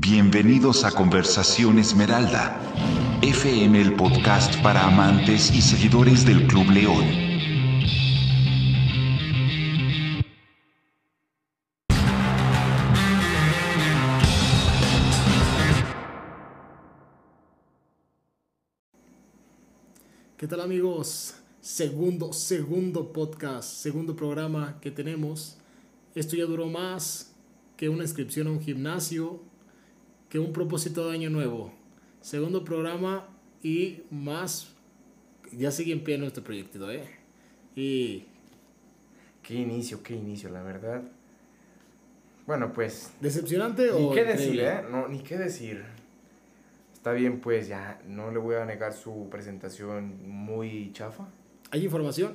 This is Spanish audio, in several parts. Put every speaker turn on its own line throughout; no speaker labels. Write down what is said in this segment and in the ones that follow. Bienvenidos a Conversación Esmeralda, FM el podcast para amantes y seguidores del Club León.
¿Qué tal amigos? Segundo, segundo podcast, segundo programa que tenemos. Esto ya duró más que una inscripción a un gimnasio, que un propósito de año nuevo. Segundo programa y más. Ya sigue en pie nuestro proyecto, ¿eh? Y
Qué inicio, qué inicio, la verdad. Bueno, pues,
decepcionante o...
ni qué decir,
increíble?
¿eh? No, ni qué decir. Está bien, pues, ya, no le voy a negar su presentación muy chafa.
¿Hay información?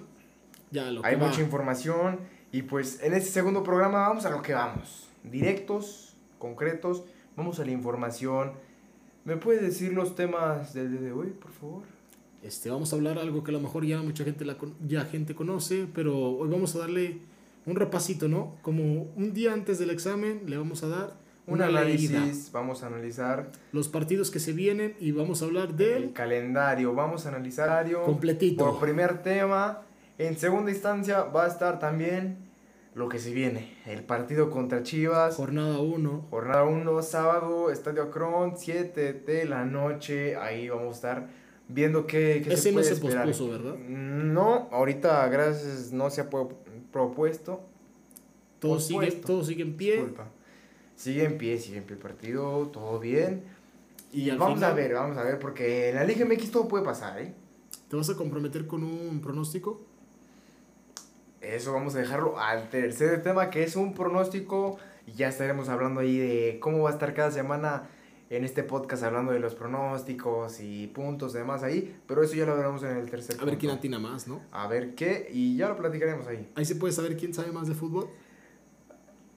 Ya, lo
Hay
que va.
mucha información y, pues, en este segundo programa vamos a lo que vamos. Directos, concretos, vamos a la información. ¿Me puedes decir los temas del día de hoy, por favor?
Este, vamos a hablar algo que a lo mejor ya mucha gente, la, con- ya gente conoce, pero hoy vamos a darle un repasito, ¿no? Como un día antes del examen le vamos a dar
Un
una
análisis,
leída.
vamos a analizar
Los partidos que se vienen y vamos a hablar
El
del...
calendario, vamos a analizar el calendario
Completito.
Por primer tema. En segunda instancia va a estar también lo que se viene. El partido contra Chivas.
Jornada 1.
Jornada 1, sábado, Estadio Acron, 7 de la noche. Ahí vamos a estar viendo qué, qué
Ese
se
no
puede
se
esperar.
pospuso, ¿verdad?
No, ahorita gracias no se ha pro- propuesto.
Todo
Por
sigue,
supuesto.
todo sigue en pie.
Disculpa. Sigue en pie, sigue en pie el partido, todo bien.
Y
Y
al
vamos
final-
a ver, vamos a ver, porque en la Liga MX todo puede pasar, ¿eh?
¿Te vas a comprometer con un pronóstico?
Eso vamos a dejarlo al tercer tema que es un pronóstico y ya estaremos hablando ahí de cómo va a estar cada semana en este podcast hablando de los pronósticos y puntos y demás ahí, pero eso ya lo veremos en el tercer
A ver
punto.
quién atina más, ¿no?
A ver qué y ya lo platicaremos ahí.
Ahí se puede saber quién sabe más de fútbol.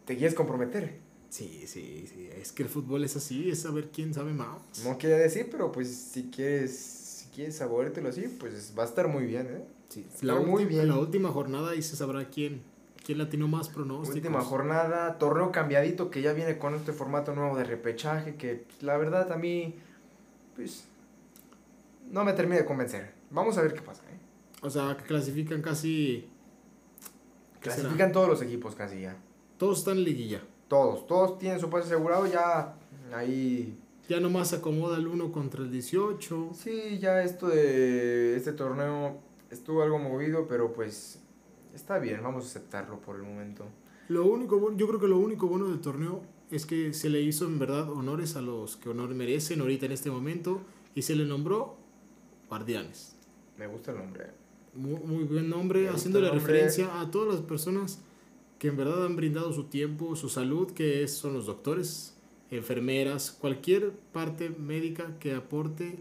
¿Te quieres comprometer?
Sí, sí, sí. Es que el fútbol es así, es saber quién sabe más.
No quería decir, pero pues si quieres si quieres saborértelo así, pues va a estar muy bien, ¿eh?
Sí,
Está
la,
muy
ulti-
bien.
la última jornada ahí se sabrá quién, quién latinó más pronósticos.
Última jornada, torneo cambiadito que ya viene con este formato nuevo de repechaje que pues, la verdad a mí pues no me termina de convencer. Vamos a ver qué pasa. ¿eh?
O sea, que clasifican casi... ¿qué será?
Clasifican todos los equipos casi ya.
Todos están en liguilla.
Todos, todos tienen su pase asegurado ya ahí.
Ya nomás se acomoda el 1 contra el 18.
Sí, ya esto de este torneo estuvo algo movido, pero pues está bien, vamos a aceptarlo por el momento.
Lo único bueno, yo creo que lo único bueno del torneo es que se le hizo en verdad honores a los que honor merecen ahorita en este momento y se le nombró Guardianes.
Me gusta el nombre. ¿eh?
Muy, muy buen
Me
nombre,
gusta
haciéndole
el nombre.
referencia a todas las personas que en verdad han brindado su tiempo, su salud, que es- son los doctores, enfermeras, cualquier parte médica que aporte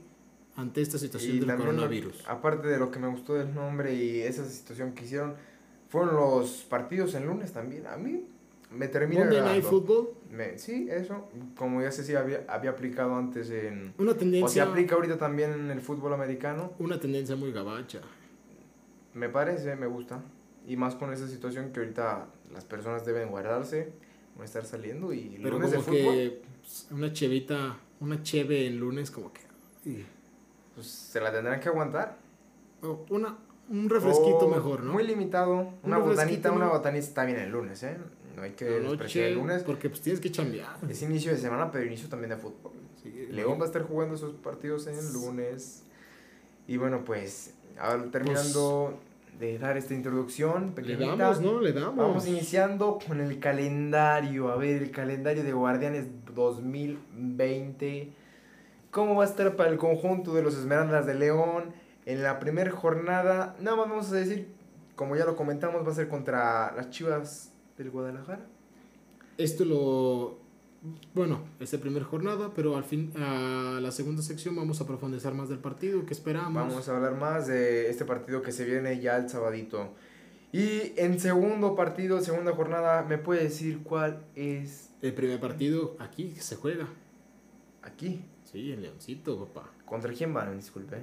ante esta situación
Y
del
también,
coronavirus.
aparte de lo que me gustó del nombre y esa situación que hicieron, fueron los partidos el lunes también. A mí me termina
Monday Night
agradando.
Football,
Me- sí, eso, como ya sé si había, había aplicado antes en...
una
O se
tendencia,
aplica ahorita también en el fútbol americano,
una tendencia muy gabacha.
me parece, me gusta. Y más con esa situación que ahorita las personas deben guardarse, no estar saliendo y
Pero
lunes de
como
fútbol,
que pues, una chevita, una cheve en lunes, como que. ay,
pues, se la tendrán que aguantar.
o Una, un refresquito
O
mejor, ¿no?
Oh, Muy limitado, una
refresquito,
botanita, una
¿no?
botanita está bien el lunes, ¿eh? No hay que
La
despreciar
noche,
el lunes.
porque pues tienes que chambear.
Es inicio de semana, pero inicio también de fútbol.
Sí,
León va a estar jugando sus partidos el lunes. Y bueno, pues, ahora terminando de dar esta introducción,
Pues, Le
pequeñita,
damos, ¿no? Le damos.
vamos iniciando con el calendario. A ver, el calendario de Guardianes 2020. ¿Cómo va a estar para el conjunto de los Esmeraldas de León? En la primera jornada, nada más vamos a decir, como ya lo comentamos, va a ser contra las Chivas del Guadalajara.
Esto lo. Bueno, es la primera jornada, pero al fin, a la segunda sección vamos a profundizar más del partido. ¿Qué esperamos?
Vamos a hablar más de este partido que se viene ya el sabadito. Y en segundo partido, segunda jornada, ¿me puede decir cuál es
El primer partido aquí se juega.
aquí?
Sí, en Leoncito, papá.
¿Contra quién van? Disculpe.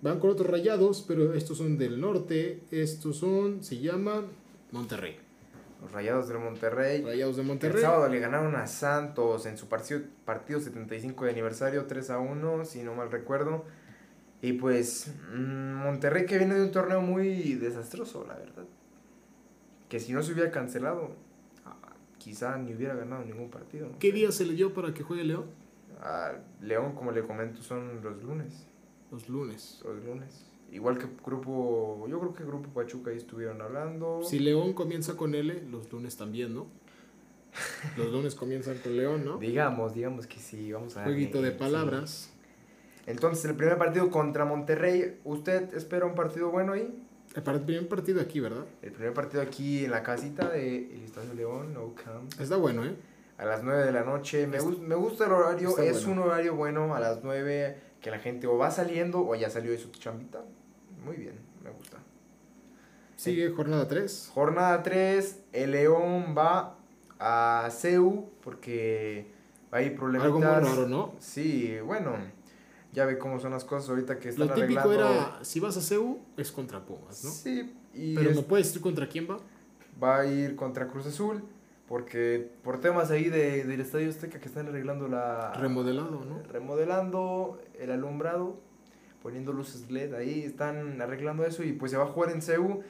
Van con otros rayados, pero estos son del norte. Estos son, se llaman Monterrey.
Los Rayados del Monterrey.
Rayados de
El
Monterrey.
sábado le ganaron a Santos en su partido, partido 75 de aniversario, 3 a 1, si no mal recuerdo. Y pues mm, Monterrey que viene de un torneo muy desastroso, la verdad. Que si no se hubiera cancelado, ah, quizá ni hubiera ganado ningún partido. ¿no?
¿Qué día se le dio para que juegue León?
A León, como le comento, son los lunes.
Los lunes.
Los lunes. Igual que grupo, yo creo que grupo Pachuca ahí estuvieron hablando.
Si León comienza con L, los lunes también, ¿no? Los lunes comienzan con León, ¿no?
Digamos, digamos que sí, vamos a
Jueguito
darle,
de
sí.
palabras.
Entonces, el primer partido contra Monterrey, ¿usted espera un partido bueno ahí?
Eh, Para el primer partido aquí, ¿verdad?
El primer partido aquí en la casita de El Estadio León, No Camp.
Está bueno, ¿eh?
A las 9 de la noche, me, gus- me gusta el horario,
Está
es
bueno.
un horario bueno a las 9 que la gente o va saliendo o ya salió de su chambita. Muy bien, me gusta.
Sigue jornada 3.
Jornada 3, el León va a CEU porque hay problemitas.
Algo muy raro, ¿no?
Sí, bueno, ya ve cómo son las cosas ahorita que están
Lo típico
arreglando.
era, si vas a CEU, es contra Pumas, ¿no?
Sí, y
Pero
es-
no puedes decir contra quién va.
va a ir contra Cruz Azul, porque por temas ahí de, del Estadio Azteca que están arreglando la...
Remodelado, ¿no?
Remodelando el alumbrado, poniendo luces LED ahí, están arreglando eso y pues se va a jugar en CEU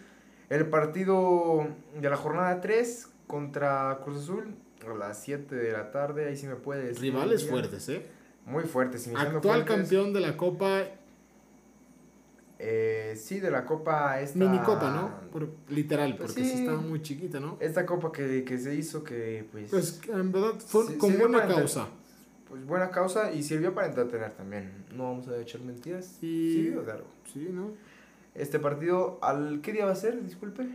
el partido de la jornada 3 contra Cruz Azul a las 7 de la tarde, ahí sí me puede decir el
Rivales
día.
fuertes, ¿eh?
Muy fuertes, iniciando
Actual
fuertes.
campeón de la Copa,
Eh, sí, de la copa esta...
minicopa, ¿no? Por- literal,
Pues
porque sí.
sí.
estaba muy chiquita, ¿no?
Esta copa que, que se hizo que pues...
Pues en verdad fue
Sí,
con
sí,
buena
bueno,
causa.
Pues buena causa y sirvió para entretener también. No vamos a echar mentiras.
Y-
Sirvió de algo.
Sí, ¿no?
Este partido, ¿al qué día va a ser? Disculpe.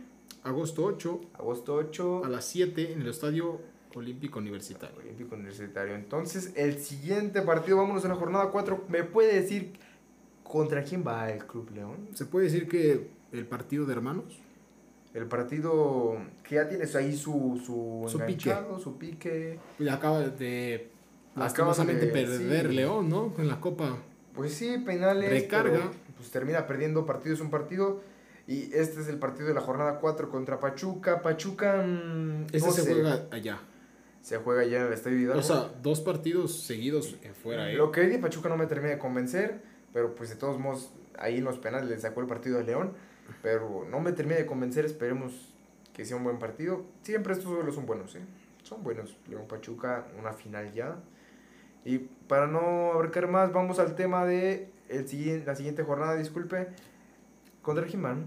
Agosto 8
Agosto 8,
a las 7 en el Estadio Olímpico Universitario.
Olímpico Universitario. Entonces, el siguiente partido, vámonos a la jornada 4. ¿Me puede decir contra quién va el Club León?
¿Se puede decir que el partido de hermanos?
El partido que ya tienes ahí su, su,
Su pique.
enganchado, su pique.
Pues acaba de
Acaban
lastimosamente
de-
perder
sí.
León, ¿no? Con la Copa.
Pues sí, penales.
Recarga.
pero, pues termina perdiendo partido es un partido. Y este es el partido de la jornada 4 contra Pachuca. Pachuca. mm,
Ese
no
se
sé,
juega allá.
Se juega ya en el Estadio Hidalgo.
O sea, dos partidos seguidos eh, fuera, ¿eh?
Lo que vi de Pachuca no me termina de convencer. Pero pues de todos modos, ahí en los penales le sacó el partido de León. Pero no me termina de convencer. Esperemos que sea un buen partido. Siempre estos duelos son buenos, ¿eh? Son buenos. León Pachuca, una final ya. Y para no abarcar más, vamos al tema de el siguiente, la siguiente jornada, disculpe. Contra el Jimán.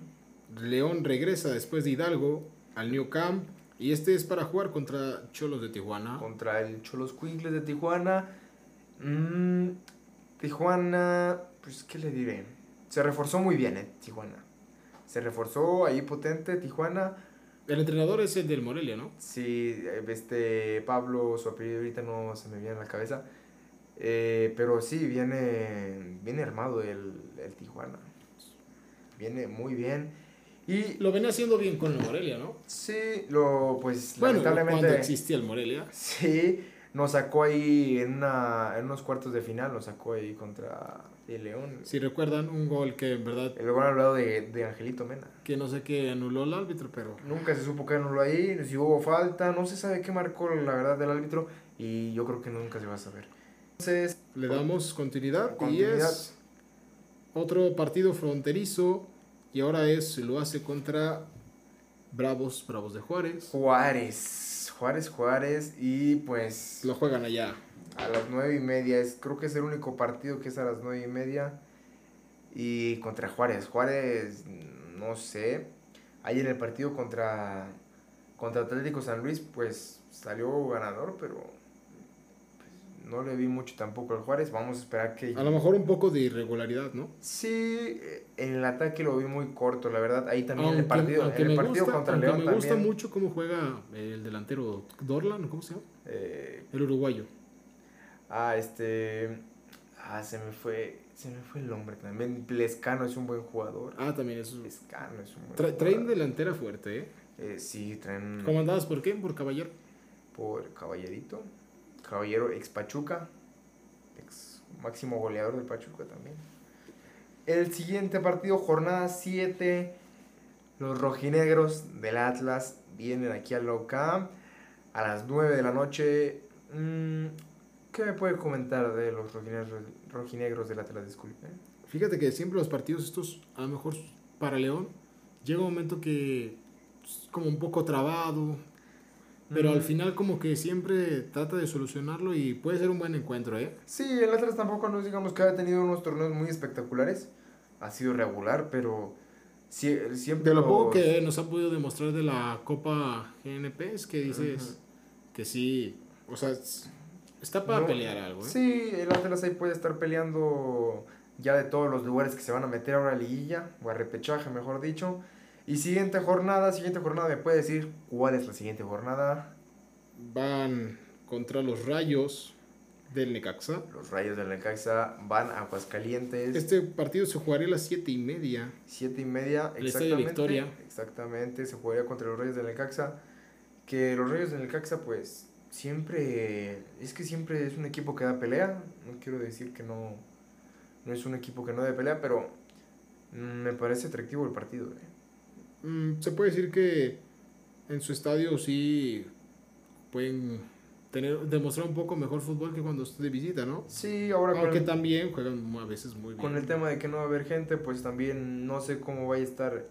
León regresa después de Hidalgo al New Camp. Y este es para jugar contra Cholos de Tijuana.
contra el Cholos Quincles de Tijuana. Mm, Tijuana, pues, ¿qué le diré? Se reforzó muy bien, eh, Tijuana. Se reforzó ahí potente, Tijuana.
El entrenador es el del Morelia, ¿no?
Sí, eh, este Pablo, su apellido ahorita no se me viene a la cabeza. Eh, pero sí, viene, viene armado el, el Tijuana. Viene muy bien. Y
Lo venía haciendo bien con el Morelia, ¿no?
sí, lo, pues,
Bueno,
lamentablemente.
cuando existía el Morelia.
Sí, nos sacó ahí en, una, en unos cuartos de final, nos sacó ahí contra el León.
Si recuerdan, un gol que en verdad
El gol hablado de, de Angelito Mena.
que no sé qué anuló el árbitro, pero
Nunca se supo que anuló ahí, si hubo falta, no se sabe qué marcó la verdad del árbitro y yo creo que nunca se va a saber. Entonces,
le damos continuidad, y
Continuidad.
es otro partido fronterizo y ahora es lo hace contra Bravos, Bravos de Juárez.
Juárez, Juárez, Juárez y pues
Lo juegan allá.
a las nueve y media, es, creo que es el único partido que es a las nueve y media y contra Juárez, Juárez no sé, ayer en el partido contra, contra Atlético San Luis pues salió ganador pero pues, no le vi mucho tampoco al Juárez, vamos a esperar que...
A lo mejor un poco de irregularidad, ¿no?
Sí, eh, en el ataque lo vi muy corto, la verdad. Ahí también en el
Aunque-
partido,
aunque
en el
me
partido
gusta-
contra
aunque
León
me gusta
también.
mucho cómo juega el delantero Dorlan, ¿cómo se llama?
eh,
El uruguayo.
Ah, este. Ah, se me fue. Se me fue el nombre también. Lescano es un buen jugador.
Ah, también es...
Lescano es un buen
Tra-
jugador.
traen delantera fuerte, ¿eh?
Eh, sí, traen
Comandadas por quién? Por Caballero.
por Caballerito. Caballero ex Pachuca. Ex máximo goleador del Pachuca también. El siguiente partido, jornada 7. Los rojinegros del Atlas vienen aquí al Loca a las 9 de la noche. Mm, ¿Qué me puede comentar de los rojinegros, rojinegros del Atlas? Disculpe.
Fíjate que siempre los partidos estos, a lo mejor para León, llega un momento que es como un poco trabado, pero
Mm.
al final como que siempre trata de solucionarlo y puede ser un buen encuentro, ¿eh?
Sí, el Atlas tampoco no es, digamos que ha tenido unos torneos muy espectaculares. Ha sido regular, pero sí, siempre.
De lo poco
los-
que nos ha podido demostrar de la Copa GNP es que dices que sí, o sea, es- está para
No,
pelear algo, ¿eh?
Sí, el Atlas ahí puede estar peleando ya de todos los lugares que se van a meter ahora a liguilla, o a repechaje, mejor dicho. Y siguiente jornada, siguiente jornada, ¿me puede decir cuál es la siguiente jornada?
Van contra los rayos del Necaxa.
Los Rayos del Necaxa van a Aguascalientes.
Este partido se jugaría a las 7 y media.
Siete y media,
El Estadio
exactamente.
Victoria.
Exactamente, se jugaría contra los Reyes del Necaxa. Que los Reyes del Necaxa, pues, siempre. Es que siempre es un equipo que da pelea. No quiero decir que no. No es un equipo que no dé pelea, pero. mm, Me parece atractivo el partido, eh.
Mm, se puede decir que en su estadio sí pueden tener, demostrar un poco mejor fútbol que cuando usted visita, ¿no?
Sí, ahora con
Aunque
el,
también juegan mu- a veces muy bien.
con el tema de que no va a haber gente, pues también no sé cómo vaya a estar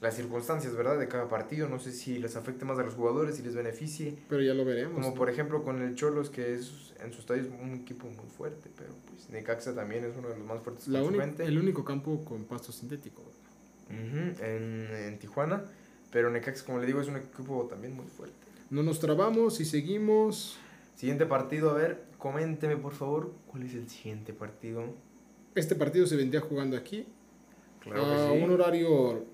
las circunstancias, ¿verdad? De cada partido. No sé si les afecte más a los jugadores, si les beneficie.
Pero ya lo veremos.
Como por ejemplo con el Cholos, que es en su estadio es un equipo muy fuerte, pero pues Necaxa también es uno de los más fuertes
La
con su
uni-
gente.
el único campo con pasto sintético.
Ujú, en, en Tijuana. Pero Necaxa, como le digo, es un equipo también muy fuerte.
No nos trabamos y seguimos.
Siguiente partido, a ver, coménteme por favor, ¿cuál es el siguiente partido?
Este partido se vendría jugando aquí. a un horario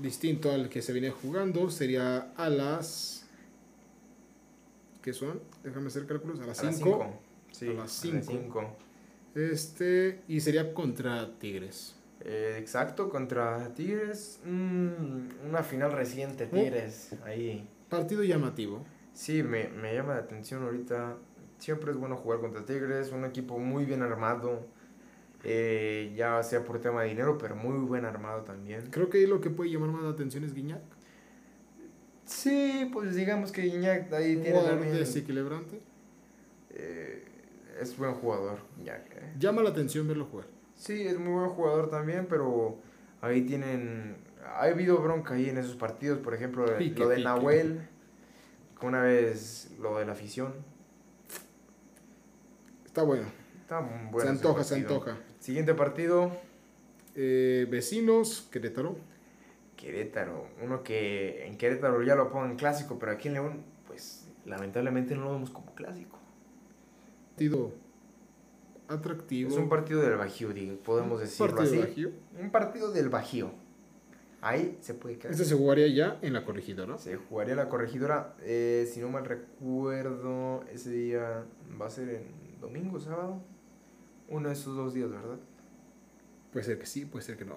distinto al que se venía jugando. Sería a las... ¿Qué son? Déjame hacer cálculos. A las
A las
5.
5. Sí,
A las cinco.
5.
Este, y sería contra Tigres.
Eh, exacto, contra Tigres. Mm, una final
Uh.
reciente, Tigres. Ahí.
Partido llamativo.
Sí, me, me llama la atención ahorita. Siempre es bueno jugar contra Tigres, un equipo muy bien armado, eh, ya sea por tema de dinero, pero muy buen armado también.
Creo que ahí lo que puede llamar más la atención es Guiñac.
Sí, pues digamos que Iñak ahí
Un
tiene
jugador
también...
desequilibrante.
eh, es buen jugador, Iñak, eh.
Llama la atención verlo jugar.
Sí, es muy buen jugador también, pero ahí tienen... Ha habido bronca ahí en esos partidos, por ejemplo,
Pique,
lo de
pique.
Nahuel, que una vez lo de la afición.
Está bueno.
Está muy bueno
se
ese
antoja, se
partido.
antoja.
Siguiente partido,
Eh, vecinos, Querétaro.
Querétaro, uno que en Querétaro ya lo ponen clásico, pero aquí en León, pues lamentablemente no lo vemos como clásico.
Partido atractivo.
Es un partido del Bajío, digo, podemos decirlo
Partido
así.
bajío.
Un partido del Bajío. Ahí se puede quedar.
Este se jugaría ya en la corregidora.
Se jugaría la corregidora, eh, si no mal recuerdo, ese día va a ser en domingo, sábado. Uno de esos dos días, ¿verdad?
Puede ser que sí, puede ser que no.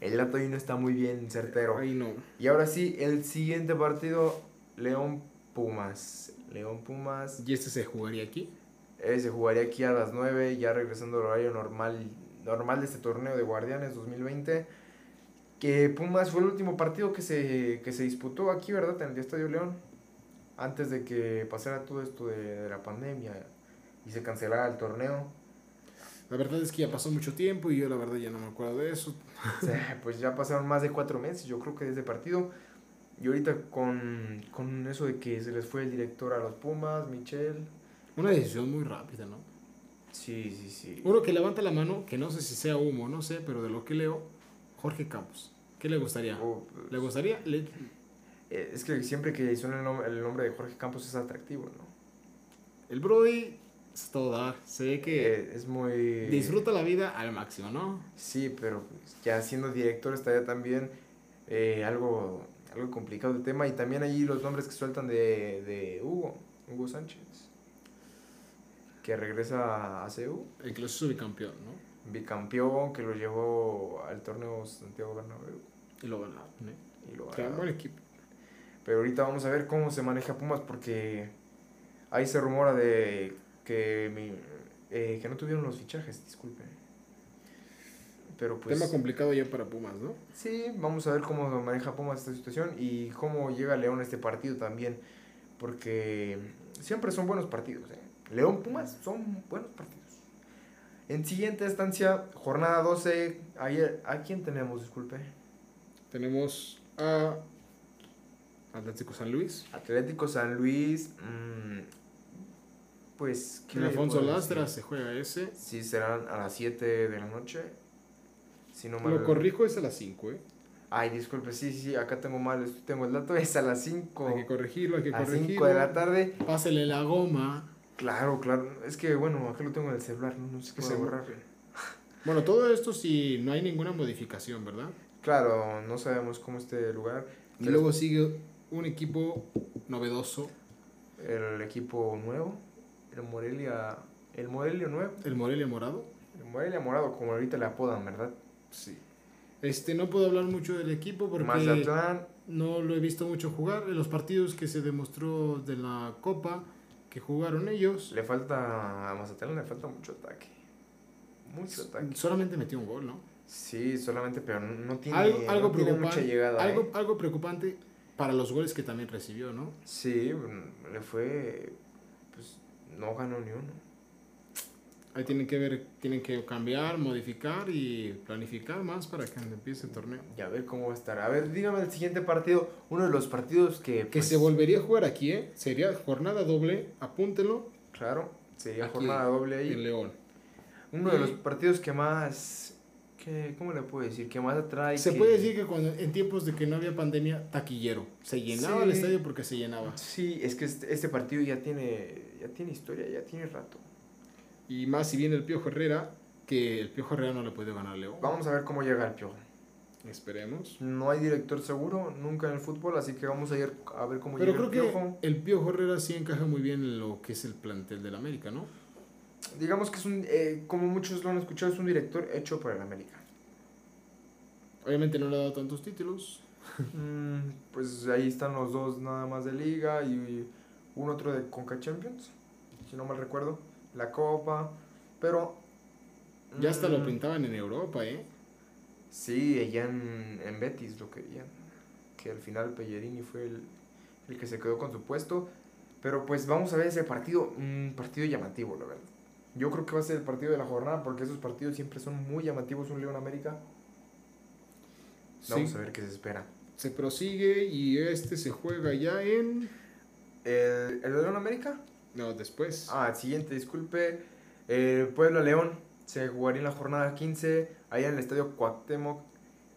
El dato ahí no está muy bien certero.
Ahí no.
Y ahora sí, el siguiente partido, León Pumas. León Pumas
Y este se jugaría aquí.
Eh, se jugaría aquí a las 9, ya regresando al horario normal, normal de este torneo de Guardianes 2020. Que Pumas fue el último partido que se, que se disputó aquí, ¿verdad? En el Estadio León. Antes de que pasara todo esto de, de la pandemia y se cancelara el torneo.
La verdad es que ya pasó mucho tiempo y yo la verdad ya no me acuerdo de eso.
O sea, pues ya pasaron más de cuatro meses, yo creo que desde el partido. Y ahorita con, con eso de que se les fue el director a los Pumas, Michel.
Una decisión muy rápida, ¿no?
Sí, sí, sí.
Uno que levanta la mano, que no sé si sea humo, no sé, pero de lo que leo, Jorge Campos. ¿Qué le gustaría?
Oh,
¿Le gustaría? Le-
Eh, Es que siempre que suena el, nom- el nombre de Jorge Campos es atractivo, ¿no?
El Brody es todo dar. Se ve que
Eh, es muy...
disfruta la vida al máximo, ¿no?
Sí, pero pues, ya siendo director estaría también eh, algo, algo complicado el tema. Y también allí los nombres que sueltan de, de Hugo, Hugo Sánchez, que regresa a CEU,
Incluso es bicampeón, ¿no?
bicampeón que lo llevó al torneo Santiago Bernabéu.
Y lo ganaron, ¿eh?
Y lo
Trae un
ganaron.
buen equipo.
Pero ahorita vamos a ver cómo se maneja Pumas porque ahí se rumora de que, mi- eh, que no tuvieron los fichajes, disculpe. Pero pues.
Tema complicado ya para Pumas, ¿no?
Sí, vamos a ver cómo maneja Pumas esta situación y cómo llega León a este partido también. Porque siempre son buenos partidos. ¿eh? León Pumas son buenos partidos. En siguiente estancia, jornada 12. Ayer, ¿A quién tenemos? Disculpe.
Tenemos a Atlético San Luis.
Atlético San Luis. mm, pues. ¿qué
En
le
Alfonso
puedo
Lastra
decir?
se juega ese.
Sí, serán a las 7 de la noche. Si no mal.
Lo corrijo, es a las 5, ¿eh?
Ay, disculpe, sí, sí, acá tengo mal. esto- Tengo el dato, es a las 5.
Hay que corregirlo, hay que
Oh. A
corregirlo.
5 de la tarde.
Pásele la goma.
Claro, claro. Es que bueno, acá lo tengo en el celular, no, no sé qué
Que
se
se
borrar.
Bueno, todo esto si no hay ninguna modificación, ¿verdad?
Claro, no sabemos cómo este lugar.
Y luego sigue un equipo novedoso,
El equipo nuevo, el Morelia. El Morelia nuevo.
el Morelia Morado.
El Morelia morado, como ahorita le apodan, ¿verdad?
Sí. Este, no puedo hablar mucho del equipo porque
Mazatlán,
no lo he visto mucho jugar. En los partidos que se demostró de la Copa que jugaron ellos,
le falta. A Mazatlán le falta mucho ataque. Mucho ataque.
solamente metió un gol, ¿no?
Sí, solamente, pero no no tiene,
Algo, algo
no tiene mucha
preocupante.
llegada.
algo,
¿eh?
algo preocupante para los goles que también recibió, ¿no?
Sí, mm, le fue. Pues no ganó ni uno.
Ahí tienen que ver, tienen que cambiar, modificar y planificar más para que empiece el torneo.
Y a ver cómo va a estar. A ver, dígame el siguiente partido. Uno de los partidos que.
Que
pues,
se volvería a jugar aquí, ¿eh? Sería jornada doble, apúntelo,
Claro, sería
Aquí,
jornada doble
en
ahí.
León.
Uno de
Y-
los partidos que más. Que, ¿Cómo le puedo decir? Que más atrae.
Se
que-
puede decir que cuando en tiempos de que no había pandemia, taquillero. Se llenaba el
Sí.
estadio porque se llenaba.
Sí, es que este, este partido ya tiene. Ya tiene historia, ya tiene rato.
Y más si viene el Piojo Herrera, que el Piojo Herrera no le puede ganar a León.
Vamos a ver cómo llega el piojo.
Esperemos.
No hay director seguro, nunca en el fútbol, así que vamos a ir a ver cómo
Pero
llega
creo
el
que
piojo.
el Piojo Herrera sí encaja muy bien en lo que es el plantel del América, ¿no?
Digamos que es un. eh, como muchos lo han escuchado, es un director hecho para el América.
Obviamente no le ha dado tantos títulos.
Mm, pues ahí están los dos nada más de liga y un otro de Conca Champions, si no mal recuerdo, la Copa, pero...
Ya hasta lo
mm,
pintaban en Europa, ¿eh?
Sí, allá en, en Betis lo querían, que al final Pellerini fue el, el que se quedó con su puesto, pero pues vamos a ver ese partido, un partido llamativo, la verdad. Yo creo que va a ser el partido de la jornada porque esos partidos siempre son muy llamativos, un León América.
Sí.
Vamos a ver qué se espera.
Se prosigue y este se juega ya en...
¿El, el León América?
No, después.
Ah, siguiente, disculpe. Eh, Puebla León se jugaría en la jornada 15, allá en el estadio Cuauhtémoc,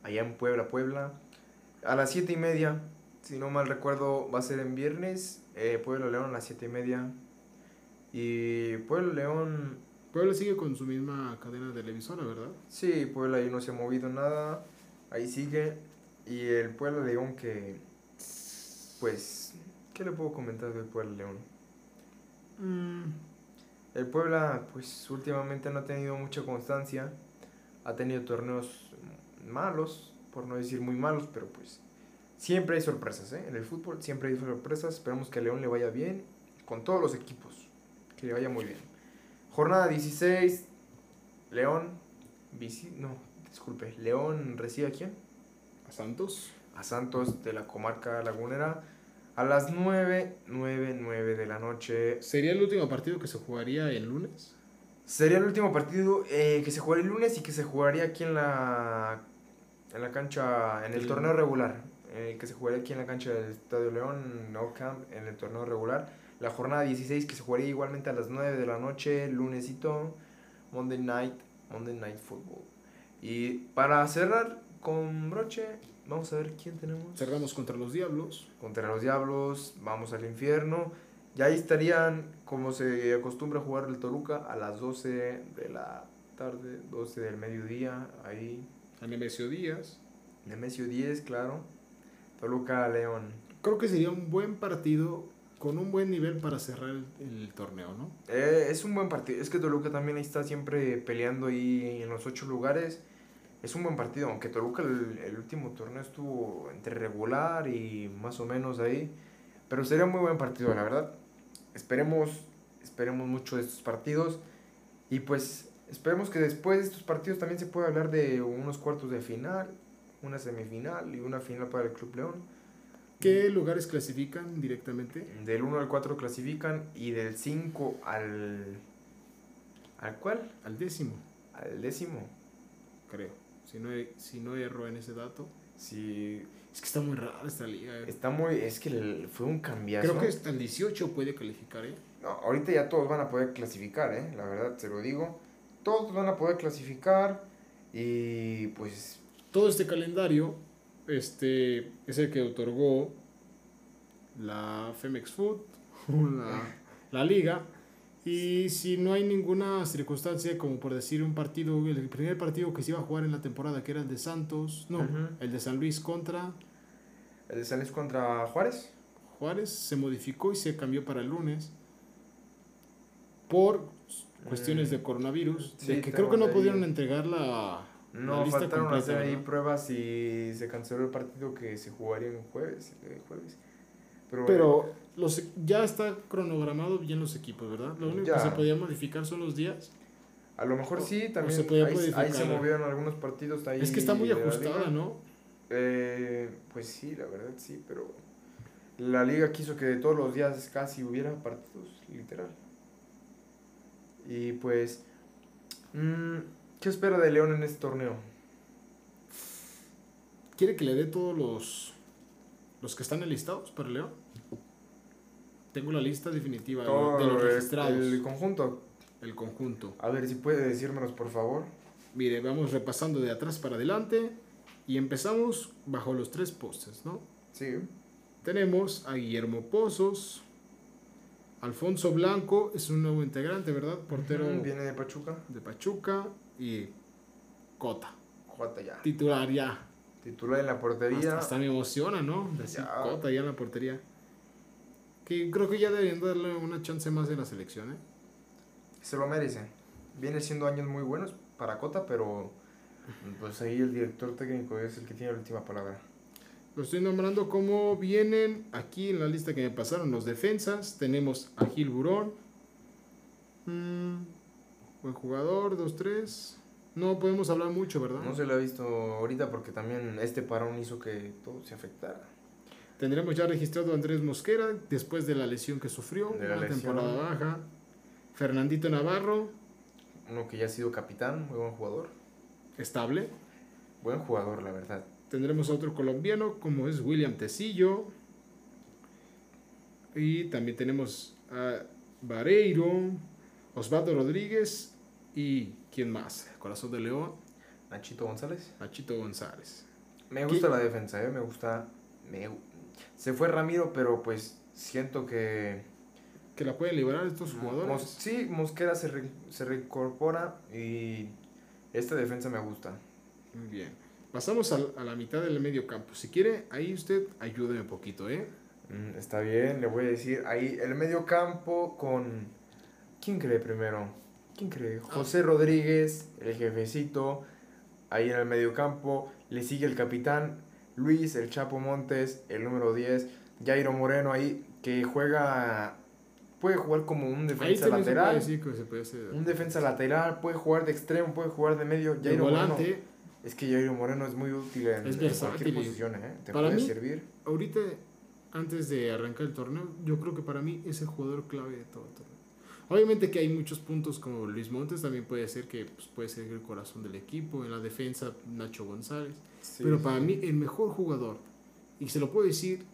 allá en Puebla, Puebla. A las 7 y media, si no mal recuerdo, va a ser en viernes. eh, Puebla León a las 7 y media. Y Puebla León,
Puebla sigue con su misma cadena televisora, ¿verdad?
sí, Puebla ahí no se ha movido nada, ahí sigue. Y el Puebla León que, pues, ¿qué le puedo comentar del Puebla León? El Puebla, pues últimamente no ha tenido mucha constancia. Ha tenido torneos malos, por no decir muy malos, pero pues siempre hay sorpresas, ¿eh? En el fútbol siempre hay sorpresas. Esperamos que a León le vaya bien con todos los equipos. Que le vaya muy bien. Jornada 16. León. visi- no, disculpe. León recibe a quién?
¿A Santos?
a Santos de la comarca lagunera. A las 9, 9, 9 de la noche
¿Sería el último partido que se jugaría el lunes?
Sería el último partido eh, que se jugaría el lunes y que se jugaría aquí en la, en la cancha, en el
El-
torneo regular. eh, que se jugaría aquí en la cancha del Estadio León, No Camp, en el torneo regular. La jornada 16 que se jugaría igualmente a las 9 de la noche, lunesito, Monday Night, Monday Night Football. Y para cerrar con broche, vamos a ver quién tenemos.
Cerramos contra los Diablos.
Contra los diablos, vamos al infierno. Y ahí estarían, como se acostumbra jugar el Toluca, a las 12 de la tarde, 12 del mediodía, ahí.
A Nemesio Díaz.
Nemesio 10, claro. Toluca León.
Creo que sería un buen partido con un buen nivel para cerrar el, el torneo, ¿no?
Eh, es un buen partido. Es que Toluca también ahí está siempre peleando ahí en los ocho lugares. Es un buen partido, aunque Toluca el, el último torneo estuvo entre regular y más o menos ahí. Pero sería un muy buen partido, la verdad. Esperemos, esperemos mucho de estos partidos. Y pues Esperemos que después de estos partidos también se pueda hablar de unos cuartos de final, una semifinal y una final para el Club León.
¿Qué lugares clasifican directamente?
Del 1 al 4 clasifican y del 5 al... ¿Al cuál?
Al décimo,
Al décimo.
creo. Si no, si no erro en ese dato.
Sí,
Es que está muy rara esta liga. eh.
está muy... Es que el- fue un cambiazo.
Creo que hasta el 18 puede calificar, ¿eh?
No, ahorita ya todos van a poder clasificar, ¿eh? La verdad, se lo digo. Todos van a poder clasificar y pues
Todo este calendario este, es el que otorgó la Femex Food, la, la liga. Y si no hay ninguna circunstancia, como por decir un partido, el primer partido que se iba a jugar en la temporada, que era el de Santos, no,
Ujú.
el de San Luis contra
el de San Luis contra Juárez.
Juárez, se modificó y se cambió para el lunes por cuestiones de coronavirus,
Mm. Sí,
de que creo que no
tengo
pudieron
ahí.
entregar la, la
No, faltaron hacer ahí
¿verdad?
pruebas y se canceló el partido que se jugaría en jueves. el jueves. Pero,
Pero los, ya está cronogramado bien los equipos, ¿verdad? Lo único
Ya.
que se podía modificar son los días.
a lo mejor sí, también
se podía
ahí, ahí se
modificar.
movieron algunos partidos. Ahí
es que está muy
de la
ajustada,
liga.
¿no?
Eh, pues sí, la verdad sí, pero la liga quiso que todos los días casi hubiera partidos, literal. Y pues, mm, ¿qué espera de León en este torneo?
¿Quiere que le dé todos los, los que están enlistados para León? Tengo la lista definitiva de lo- de los
Todo el-
registrados,
el
el,
conjunto.
conjunto.
A ver si puede decírmelos, por favor.
Mire, vamos repasando de atrás para adelante y empezamos bajo los tres postes, ¿no?
Sí.
Tenemos a Guillermo Pozos, Alfonso Blanco, es un nuevo integrante, ¿verdad? Portero
Ujú, Viene de Pachuca.
de Pachuca y Cota.
Jota ya.
Titular ya.
Titular en la portería.
Hasta, hasta me emociona, ¿no? Decir
Ya.
Cota ya en la portería. Que creo que ya deberían darle una chance más en la selección, ¿eh?
Se lo merece. Viene siendo años muy buenos para Cota, pero pues ahí el director técnico es el que tiene la última palabra.
Lo estoy nombrando como vienen aquí en la lista que me pasaron los defensas. Tenemos a Gil Burón. Mm, buen jugador, 2-3. No podemos hablar mucho, ¿verdad?
No se lo ha visto ahorita porque también este parón hizo que todo se afectara.
Tendremos ya registrado a Andrés Mosquera después de la lesión que sufrió,
De
una
la lesión.
temporada baja. Fernandito Navarro,
Uno que ya ha sido capitán, muy buen jugador.
estable.
Buen jugador, la verdad.
Tendremos a otro colombiano como es William Tecillo. Y también tenemos a Vareiro, Osvaldo Rodríguez y quién más, Corazón de León,
Nachito González.
Machito González.
Me gusta la defensa, ¿eh? me gusta. me gu- Se fue Ramiro, pero pues siento que
Que la pueden liberar estos
Mos-
jugadores.
sí, Mosquera se, re- se reincorpora y esta defensa me gusta.
Muy bien. Pasamos al- a, la mitad del medio campo. Si quiere, ahí usted ayúdeme un poquito, ¿eh?
Mm, está bien, le voy a decir ahí el medio campo con... ¿Quién cree primero? ¿Quién cree?
Ah.
José Rodríguez, el jefecito, ahí en el medio campo. Le sigue el capitán Luis, el Chapo Montes, el número 10. Jairo Moreno ahí, que juega... Puede jugar como un
Ahí también
defensa
se puede
lateral.
decir que se puede hacer
Un defensa lateral, puede jugar de extremo, puede jugar de medio.
de
Jairo Moreno.
volante.
Es que Jairo Moreno es muy útil en,
Es
en
versátil
cualquier
y-
posición, ¿eh? Te
para
puede
mí-
servir.
Ahorita, antes de arrancar el torneo, yo creo que para mí es el jugador clave de todo el torneo. Obviamente que hay muchos puntos como Luis Montes, también puede ser que pues, puede ser el corazón del equipo, en la defensa Nacho González, pero para mí el mejor jugador, y se lo puedo decir,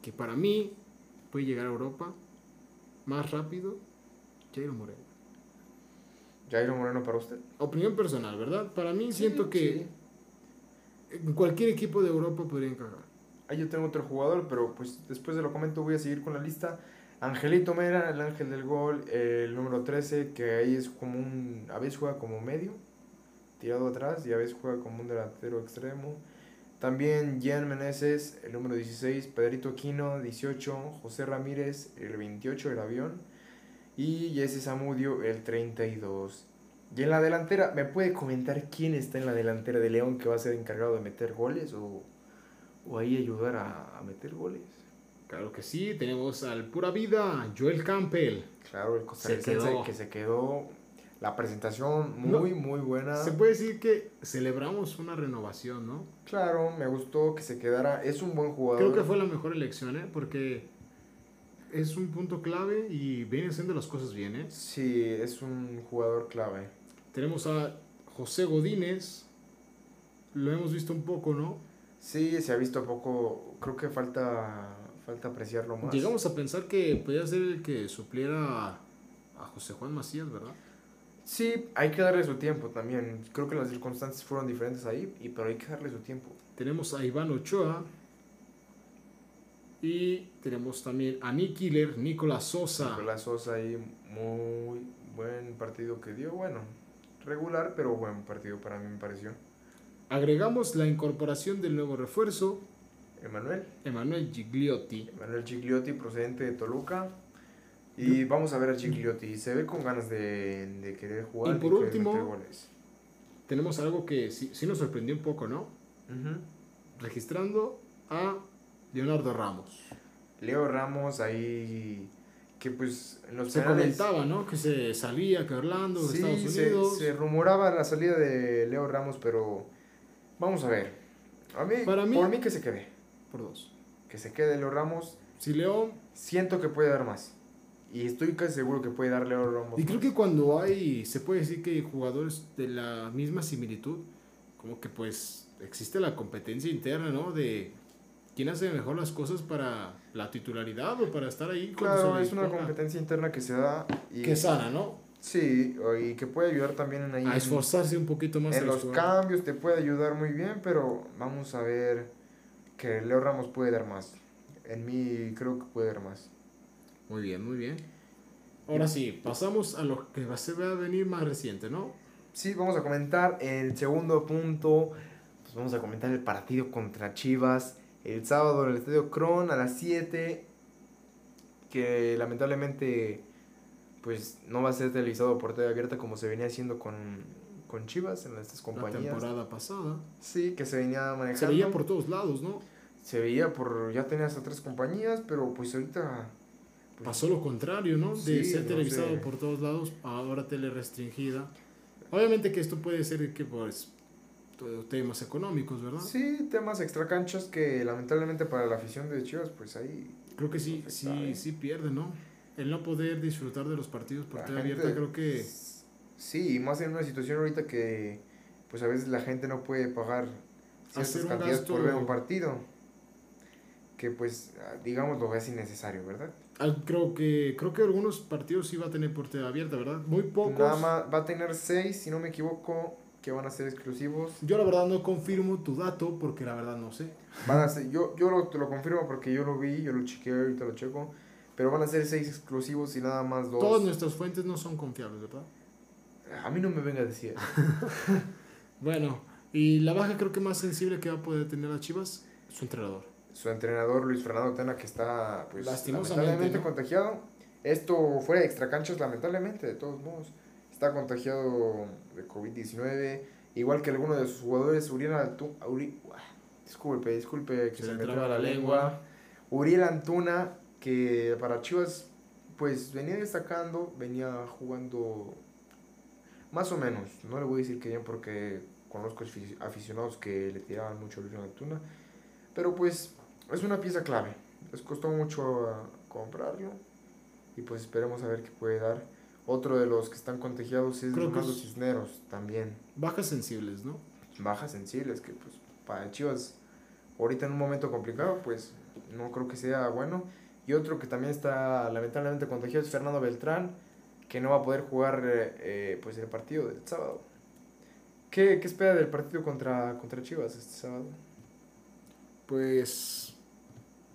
que para mí puede llegar a Europa más rápido, Jairo Moreno.
Jairo Moreno para usted.
Opinión personal, ¿verdad? Para mí siento que en cualquier equipo de Europa podría encajar.
Ahí yo tengo otro jugador, pero pues después de lo comento voy a seguir con la lista. Angelito Mera, el ángel del gol, el número 13, que ahí es como un... A veces juega como medio, tirado atrás, y a veces juega como un delantero extremo. También Jan Meneses, el número 16, Pedrito Aquino, 18, José Ramírez, el 28, el avión, y Jesse Zamudio, el 32. Y en la delantera, ¿me puede comentar quién está en la delantera de León que va a ser encargado de meter goles o, o ahí ayudar a, a meter goles?
Claro que sí, tenemos al pura vida, Joel Campbell.
Claro, el costarricense
quedó.
que se quedó. La presentación muy, muy buena.
Se puede decir que celebramos una renovación, ¿no?
Claro, me gustó que se quedara. Es un buen jugador.
Creo que fue la mejor elección, ¿eh? Porque es un punto clave y viene haciendo las cosas bien, ¿eh?
Sí, es un jugador clave.
Tenemos a José Godínez. Lo hemos visto un poco, ¿no?
Sí, se ha visto poco. Creo que falta, falta apreciarlo más.
Llegamos a pensar que podía ser el que supliera a- a José Juan Macías, ¿verdad?
Sí, hay que darle su tiempo también. Creo que las circunstancias fueron diferentes ahí, y, pero hay que darle su tiempo.
Tenemos a Iván Ochoa. Y tenemos también a Nick Killer, Nicolás Sosa.
Nicolás Sosa ahí, muy buen partido que dio. Bueno, regular, pero buen partido para mí me pareció.
Agregamos la incorporación del nuevo refuerzo,
Emanuel,
Emanuel Gigliotti.
Emanuel Chigliotti procedente de Toluca. Y vamos a ver a Chigliotti. Se ve con ganas de, de querer jugar.
Y por
de querer
último-
meter goles.
Tenemos algo que sí, sí nos sorprendió un poco, ¿no?
Ujú.
Registrando a Leonardo Ramos.
Leo Ramos ahí, que pues en los
Se
penales-
comentaba, ¿no? Que se salía, que Orlando,
Sí,
Estados
se-
Unidos.
Se, rumoraba la salida de Leo Ramos, pero vamos a ver. A mí,
Para mí-
por mí que se quede.
Por dos.
Que se quede Leo Ramos.
Si León.
Siento que puede dar más. Y estoy casi seguro que puede dar Leo Ramos.
Y creo
más.
que cuando hay, se puede decir que jugadores de la misma similitud, como que pues existe la competencia interna, ¿no? De quién hace mejor las cosas para la titularidad o para estar ahí. cuando
Claro,
se
es una
disponga.
competencia interna que se da. Y,
Que sana, ¿no?
sí, y que puede ayudar también en ahí.
a
en-
esforzarse un poquito más. a
en
los
los
jugadores.
cambios te puede ayudar muy bien, pero vamos a ver que Leo Ramos puede dar más. En mí creo que puede dar más.
Muy bien, muy bien. Ahora sí, pasamos a lo que va, se va a venir más reciente, ¿no?
Sí, vamos a comentar el segundo punto. Pues vamos a comentar el partido contra Chivas el sábado en el Estadio Cron a las 7. Que lamentablemente pues no va a ser televisado por TV abierta como se venía haciendo con, con Chivas en estas
La
compañías.
temporada pasada.
Sí, que se venía manejando.
Se veía por todos lados, ¿no?
Se veía por- ya tenía hasta tres compañías, pero pues ahorita pues,
Pasó lo contrario, ¿no? De
Sí,
ser
no
televisado
sé.
por todos lados, ahora tele restringida. Obviamente que esto puede ser que pues todo temas económicos, ¿verdad?
Sí, temas extracanchas que lamentablemente para la afición de Chivas, pues ahí
Creo que sí,
Afecta,
sí,
¿eh?
sí pierde, ¿no? El no poder disfrutar de los partidos por
La
TV
gente-
abierta, creo que
Sí, y más en una situación ahorita que pues a veces la gente no puede pagar
Hacer
ciertas
un
cantidades por
gasto-
ver un partido. Que pues ah, digamos lo es innecesario, ¿verdad?
al- creo que creo que algunos partidos sí va a tener por TV abierta, ¿verdad? Muy pocos.
Nada más va a tener seis, si no me equivoco, que van a ser exclusivos.
Yo la verdad no confirmo tu dato porque la verdad no sé.
Van a ser, yo, yo lo, te lo confirmo porque yo lo vi, yo lo chequeé, ahorita lo checo. Pero van a ser seis exclusivos y nada más dos.
Todas nuestras fuentes no son confiables, ¿verdad?
A mí no me venga a decir.
Bueno, y la baja creo que más sensible que va a poder tener las Chivas, su entrenador.
su entrenador Luis Fernando Tena que está pues
Lastimosamente,
lamentablemente
¿no?
contagiado. Esto fuera de extracanchas lamentablemente de todos modos. Está contagiado de COVID-19, igual que alguno de sus jugadores Uriel Altu- Uri- Uah, disculpe, disculpe que
Se
se,
le
me
traba
traba
la
la
lengua.
lengua. Uriel Antuna que para Chivas pues venía destacando, venía jugando más o menos. No le voy a decir que bien porque conozco afici- aficionados que le tiraban mucho a Luis Antuna, pero pues es una pieza clave. Les costó mucho ah, comprarlo. Y pues esperemos a ver qué puede dar. Otro de los que están contagiados es
Creo que
Fernando
es-
Cisneros también.
Bajas sensibles, ¿no?
Bajas sensibles, que pues para Chivas, ahorita en un momento complicado, pues no creo que sea bueno. Y otro que también está lamentablemente contagiado es Fernando Beltrán, que no va a poder jugar eh, eh, pues el partido del sábado. ¿Qué, qué espera del partido contra, contra Chivas este sábado?
Pues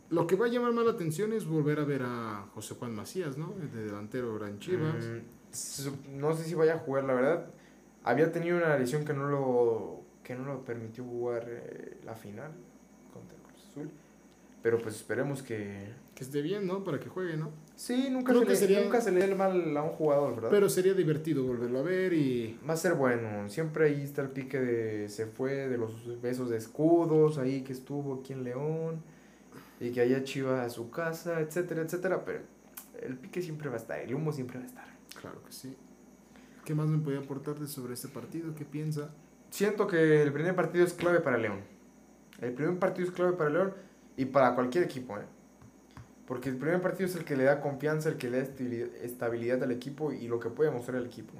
lo que va a llamar más la atención es volver a ver a José Juan Macías, ¿no? El de delantero Gran Chivas.
Mm, su- no sé si vaya a jugar, la verdad. Había tenido una lesión que no lo, que no lo permitió jugar eh, la final contra el Cruz Azul. Pero pues esperemos que...
Que esté bien, ¿no? Para que juegue, ¿no?
Sí, nunca
Creo
se,
que
le,
sería-
nunca se le da el mal a un jugador, ¿verdad?
Pero sería divertido volverlo a ver y
Va a ser bueno. Siempre ahí está el pique de... Se fue de los besos de escudos, ahí que estuvo aquí en León. Y que haya Chivas a su casa, etcétera, etcétera. Pero el pique siempre va a estar, el humo siempre va a estar.
claro que sí. ¿Qué más me podía aportarte sobre este partido? ¿Qué piensa?
Siento que el primer partido es clave para León. El primer partido es clave para León y para cualquier equipo, ¿eh? Porque el primer partido es el que le da confianza, el que le da estabili- estabilidad al equipo y lo que puede mostrar el equipo.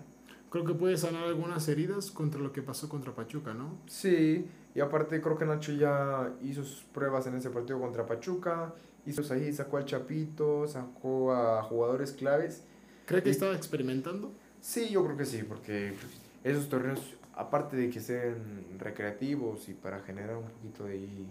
Creo que puede sanar algunas heridas contra lo que pasó contra Pachuca, ¿no?
Sí, y aparte creo que Nacho ya hizo sus pruebas en ese partido contra Pachuca, hizo ahí, sacó al Chapito, sacó a jugadores claves.
¿Cree que
Y-
estaba experimentando?
Sí, yo creo que sí, porque pues, esos torneos, aparte de que sean recreativos y para generar un poquito de, ahí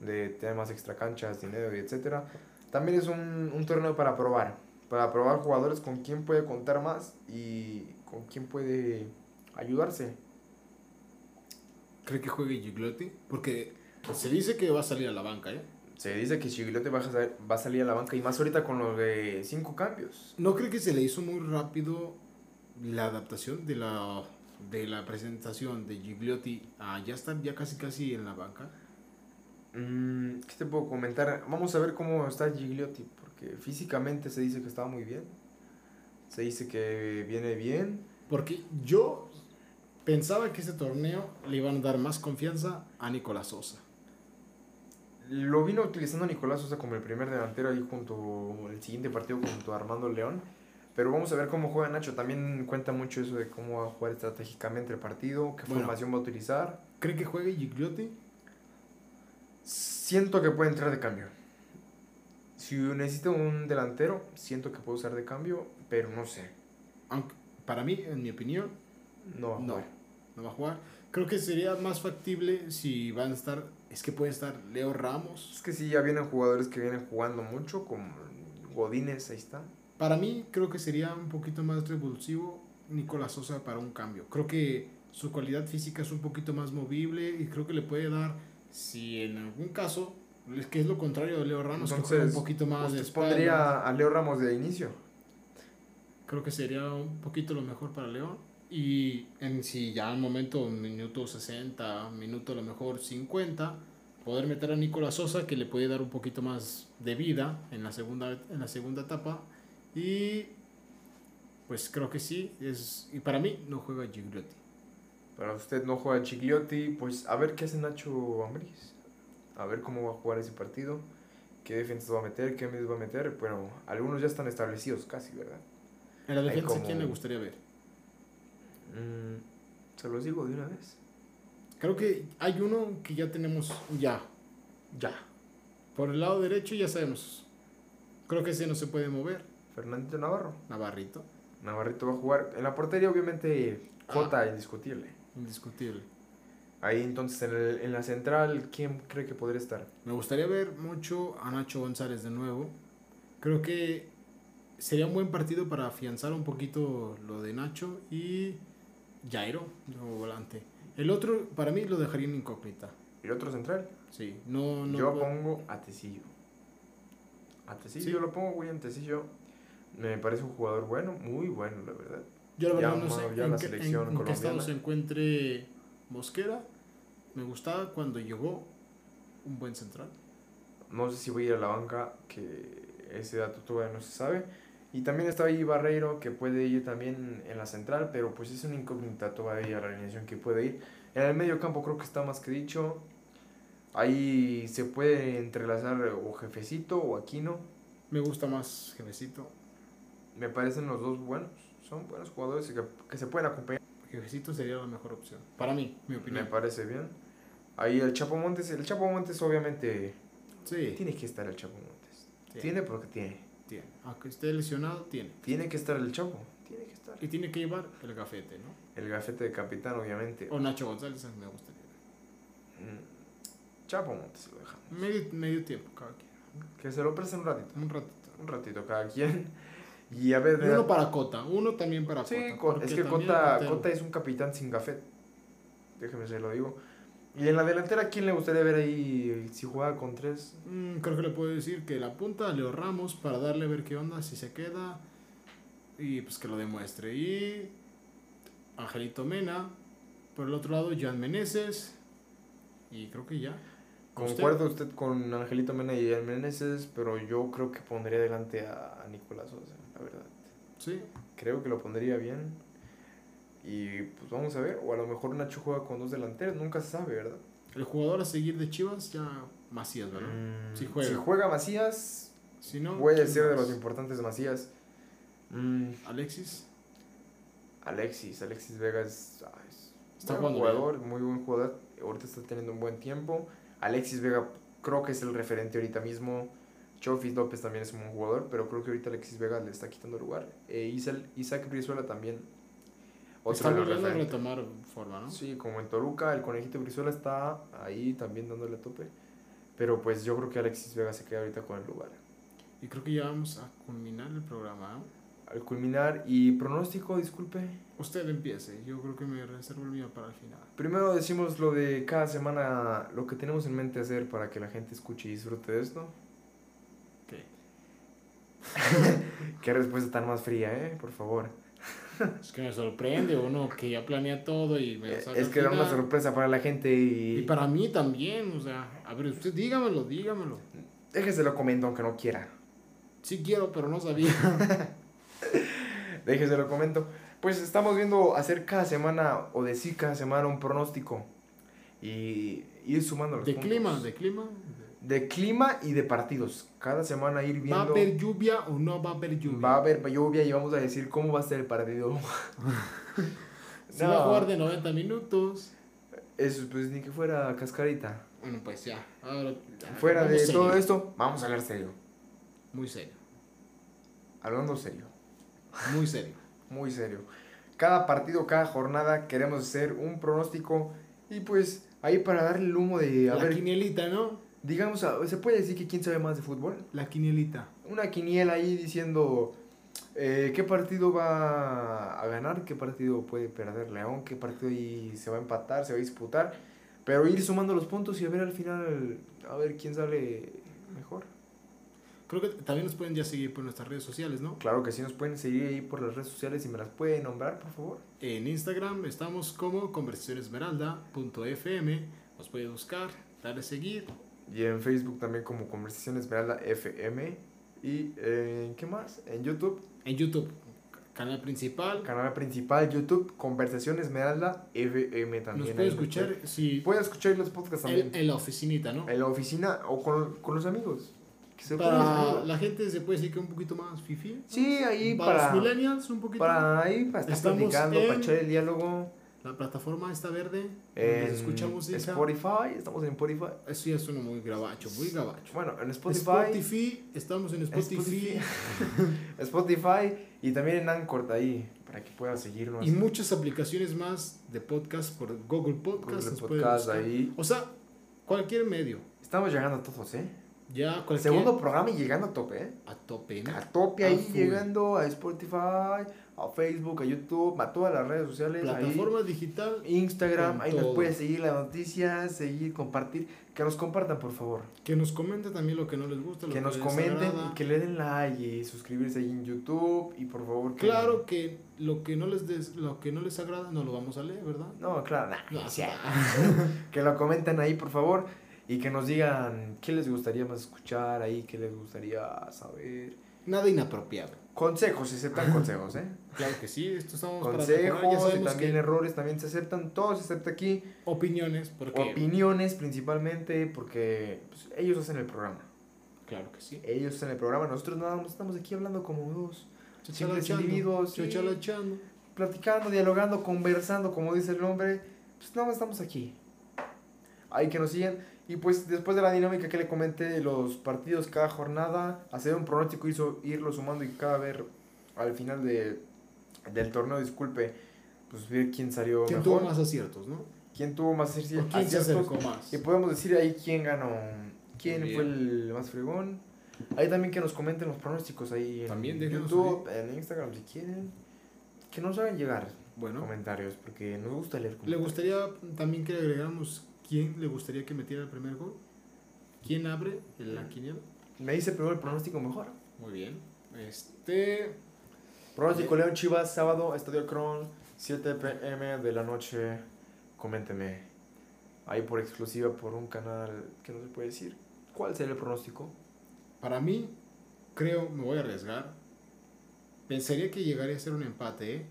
de temas extracanchas, dinero y etcétera, también es un, un torneo para probar, para probar jugadores con quién puede contar más y con quién puede ayudarse.
¿Cree que juegue Giglotti? Porque se dice que va a salir a la banca, ¿eh?
Se dice que Chiquilote va a, sa- va a salir a la banca y más ahorita con los de cinco cambios.
¿No cree que se le hizo muy rápido la adaptación de la, de la presentación de Gigliotti a ya estar ya casi casi en la banca?
Mm, ¿Qué te puedo comentar? Vamos a ver cómo está Gigliotti, porque físicamente se dice que está muy bien. Se dice que viene bien.
Porque yo pensaba que este torneo le iban a dar más confianza a Nicolás Sosa.
Lo vino utilizando Nicolás Sosa como el primer delantero ahí junto el siguiente partido junto a Armando León. Pero vamos a ver cómo juega Nacho. También cuenta mucho eso de cómo va a jugar estratégicamente el partido, qué
Bueno.
formación va a utilizar.
¿Cree que juegue Gigliotti?
Siento que puede entrar de cambio. Si necesito un delantero, siento que puede usar de cambio, pero no sé.
Aunque para mí, en mi opinión,
No va a
no,
jugar.
no va a jugar. Creo que sería más factible si van a estar, es que puede estar Leo Ramos,
Es que sí, ya vienen jugadores que vienen jugando mucho, como Godínez, ahí está.
Para mí creo que sería un poquito más revulsivo Nicolás Sosa para un cambio. Creo que su calidad física es un poquito más movible y creo que le puede dar, si en algún caso, es que es lo contrario de Leo Ramos, que juega un
Entonces,
poquito más de
Usted
espalda.
Pues pondría a Leo Ramos de inicio.
Creo que sería un poquito lo mejor para León. Y en si ya al momento, minuto 60, minuto a lo mejor 50, poder meter a Nicolás Sosa, que le puede dar un poquito más de vida en la segunda, en la segunda etapa. Y pues creo que sí. Es, y para mí no juega Gigliotti.
Para usted no juega Chigliotti, pues a ver qué hace Nacho Ambriz. A ver cómo va a jugar ese partido, qué defensas va a meter, qué medios va a meter. Bueno, algunos ya están establecidos casi, ¿verdad?
En la
Ahí
defensa,
como-
¿quién le gustaría ver?
Mm, se los digo de una vez.
Creo que hay uno que ya tenemos ya.
Ya.
Por el lado derecho ya sabemos. Creo que ese no se puede mover.
Fernandito Navarro.
Navarrito,
Navarrito va a jugar. En la portería, obviamente,
Ah.
Jota, indiscutible.
indiscutible.
Ahí entonces en, el- en la central, ¿quién cree que podría estar?
Me gustaría ver mucho a Nacho González de nuevo. Creo que sería un buen partido para afianzar un poquito lo de Nacho y Jairo, nuevo volante. El otro, para mí, lo dejaría en incógnita.
¿El otro central?
Sí, no, no.
yo
puedo-
pongo a Tecillo. A Tecillo
Sí.
yo lo pongo, William Tecillo. Me parece un jugador bueno, muy bueno, la verdad.
yo la verdad
ya,
no sé
ya
en,
la
qué, en-
selección
en qué estado
colombiana.
se encuentre Mosquera. Me gustaba cuando llegó un buen central.
No sé si voy a ir a la banca, que ese dato todavía no se sabe. Y también está ahí Barreiro, que puede ir también en la central, pero pues es un incógnita todavía la alineación que puede ir. En el medio campo creo que está más que dicho. Ahí se puede entrelazar o Jefecito o Aquino.
Me gusta más Jefecito.
Me parecen los dos buenos. Son buenos jugadores y que, que se pueden acompañar.
Jefecito sería la mejor opción. Para mí, mi
Me
opinión.
parece bien. Ahí el Chapo Montes. El Chapo Montes, obviamente,
Sí,
tiene que estar el Chapo Montes.
sí,
Tiene porque tiene.
tiene. Aunque esté lesionado, tiene.
Tiene que estar el Chapo. Tiene que estar.
Y tiene que llevar el gafete, ¿no?
El gafete de capitán, obviamente.
O Nacho González, me gustaría.
Mm, Chapo Montes lo dejamos.
Medio, medio tiempo, cada quien.
Que se lo presten un ratito.
Un ratito.
Un ratito cada quien. Y a ver.
Y
de-
uno para Cota, uno también para
Sí,
Cota.
Co-
porque
es que
también
Cota,
portero.
Cota es un capitán sin gafete. Déjeme se lo digo. Y en la delantera, ¿quién le gustaría ver ahí si juega con tres?
Mm, creo que le puedo decir que la punta a Leo Ramos para darle a ver qué onda, si se queda. Y pues que lo demuestre. Y Angelito Mena. Por el otro lado, Jan Meneses. Y creo que ya. ¿Usted?
Concuerdo usted? con Angelito Mena y Jan Meneses, pero yo creo que pondría delante a Nicolás Sosa, la verdad.
Sí.
Creo que lo pondría bien. Y pues vamos a ver, o a lo mejor Nacho juega con dos delanteros, nunca se sabe, ¿verdad?
El jugador a seguir de Chivas ya Macías, ¿verdad?
Mm,
Sí juega.
Si juega Macías,
Si no,
puede
¿quién
ser de
más?
los importantes Macías. Mm,
Alexis.
Alexis, Alexis Vegas ah, es
Está
buen
jugando
jugador, muy buen jugador. Ahorita está teniendo un buen tiempo. Alexis Vega creo que es el referente ahorita mismo. Chofis López también es un buen jugador, pero creo que ahorita Alexis Vega le está quitando lugar. Eh, Isel- Isaac Brizuela también. Otro
Está
de los
volviendo a
referentes.
retomar forma, ¿no?
Sí, como en Toluca, el conejito Brizuela está ahí también dándole tope. Pero pues yo creo que Alexis Vega se queda ahorita con el lugar.
Y creo que ya vamos a culminar el programa. ¿no?
Al culminar, y pronóstico, disculpe.
Usted empiece. Yo creo que me reservo el mío para el final.
Primero decimos lo de cada semana, lo que tenemos en mente hacer para que la gente escuche y disfrute de esto.
¿Qué?
Qué respuesta tan más fría, ¿eh? Por favor.
Es que me sorprende uno que ya planea todo y me lo
Eh,
saca
Es
al
que era una
final.
sorpresa para la gente
Y
y...
para mí también, o sea, a ver, usted dígamelo, dígamelo.
Déjeselo comento aunque no quiera.
Sí quiero, pero no sabía.
Déjeselo comento. Pues estamos viendo hacer cada semana o decir cada semana un pronóstico y ir sumando los
De
puntos.
clima, de clima.
De clima y de partidos. Cada semana ir
¿Va a
viendo.
haber lluvia o no va a haber lluvia?
Va a haber lluvia y vamos a decir cómo va a ser el partido.
Se va a jugar de 90 minutos.
Eso, pues ni que fuera cascarita.
Bueno, pues ya. Ahora, ya,
Fuera
vamos
de
serio,
todo esto, vamos a hablar serio.
Muy serio,
Hablando serio.
muy serio.
Muy serio. Cada partido, cada jornada queremos hacer un pronóstico y pues ahí para darle el humo de... A
La
ver,
quinielita, ¿no?
digamos, a- ¿se puede decir que quién sabe más de fútbol?
La quinielita.
Una quiniela ahí diciendo eh, qué partido va a ganar, qué partido puede perder León, qué partido ahí se va a empatar, se va a disputar. Pero ir sumando los puntos y a ver al final, a ver quién sale mejor.
Creo que también nos pueden ya seguir por nuestras redes sociales, ¿no?
Claro que sí, nos pueden seguir ahí por las redes sociales y me las pueden nombrar, por favor.
En Instagram estamos como conversacionesmeralda.fm. Nos puede buscar, darle seguir.
Y en Facebook también como Conversación Esmeralda FM. Y eh, ¿qué más? En YouTube,
En YouTube, canal principal.
canal principal YouTube, Conversación Esmeralda FM también.
Nos
ahí
puede escuchar si
Puede escuchar los podcasts también.
en, en la oficinita, ¿no?
En la oficina o con, con los amigos. Que se pueden
Para
hacer.
la gente se puede decir que un poquito más fifi.
Sí, ahí
para,
para,
los millennials un poquito.
para ahí, para estar
Estamos
platicando, para
en-
echar el diálogo.
La plataforma está verde. donde
En
se escucha música.
Spotify, estamos en Spotify.
Eso ya suena muy grabacho, muy gabacho.
Bueno, en Spotify.
Spotify, estamos en Spotify,
Spotify y también en Anchor ahí, para que puedan seguirnos.
y muchas aplicaciones más de podcast por Google Podcast.
Google
nos pueden
Podcast
buscar.
ahí.
O sea, cualquier medio.
Estamos llegando a todos, ¿eh?
Ya
El
cualquier
segundo programa y llegando a tope, ¿eh?
a tope, ¿no?
A tope ahí,
A full.
llegando a Spotify, a Facebook, a YouTube, a todas las redes sociales. ahí.
Plataforma digital
Instagram,
Con
ahí nos
todo.
puedes seguir las noticias, seguir, compartir, que nos compartan por favor,
que nos comente también lo que no les gusta, lo
que nos
les
comenten
agrada.
y que le den like y suscribirse ahí en YouTube y por favor que...
Claro que lo que no les des- lo que no les agrada no lo vamos a leer, ¿verdad?
No, claro, nah,
No,
o sea, que lo comenten ahí por favor y que nos digan qué les gustaría más escuchar ahí, qué les gustaría saber.
Nada inapropiado.
Consejos, se aceptan consejos, ¿eh?
Claro que sí, esto estamos para mejorar, ya
Consejos y
sabemos
también
que
errores también se aceptan, todo se acepta aquí.
opiniones porque
Opiniones principalmente porque pues, ellos hacen el programa.
claro que sí.
ellos en el programa, nosotros nada más estamos aquí hablando como dos, simples
Chachalochando,
individuos, sí.
chachalochando.
platicando, dialogando, conversando, como dice el nombre, pues nada más estamos aquí. Ahí que nos sigan. Y pues después de la dinámica que le comenté de los partidos cada jornada, hacer un pronóstico y so- irlo sumando y cada vez al final de, del torneo, disculpe, pues ver quién salió
¿Quién tuvo
mejor,
más aciertos, no?
quién tuvo más
¿O
aciertos.
quién se acercó más?
Y podemos decir ahí quién ganó, quién
Muy
fue
bien.
el más fregón. Ahí también que nos comenten los pronósticos ahí en
También déjenos
YouTube, en Instagram si quieren. Que nos hagan llegar
Bueno,
comentarios porque nos gusta leer
¿le
comentarios.
gustaría también que le agregáramos quién le gustaría que metiera el primer gol? ¿Quién abre el la quiniela?
Me dice primero el pronóstico mejor.
Muy bien. Este,
Pronóstico León Chivas, sábado, Estadio Cron, 7 pm de la noche. Coménteme. Ahí por exclusiva por un canal que no se puede decir. ¿Cuál será el pronóstico?
para mí, creo, me voy a arriesgar. Pensaría que llegaría a ser un empate, ¿eh?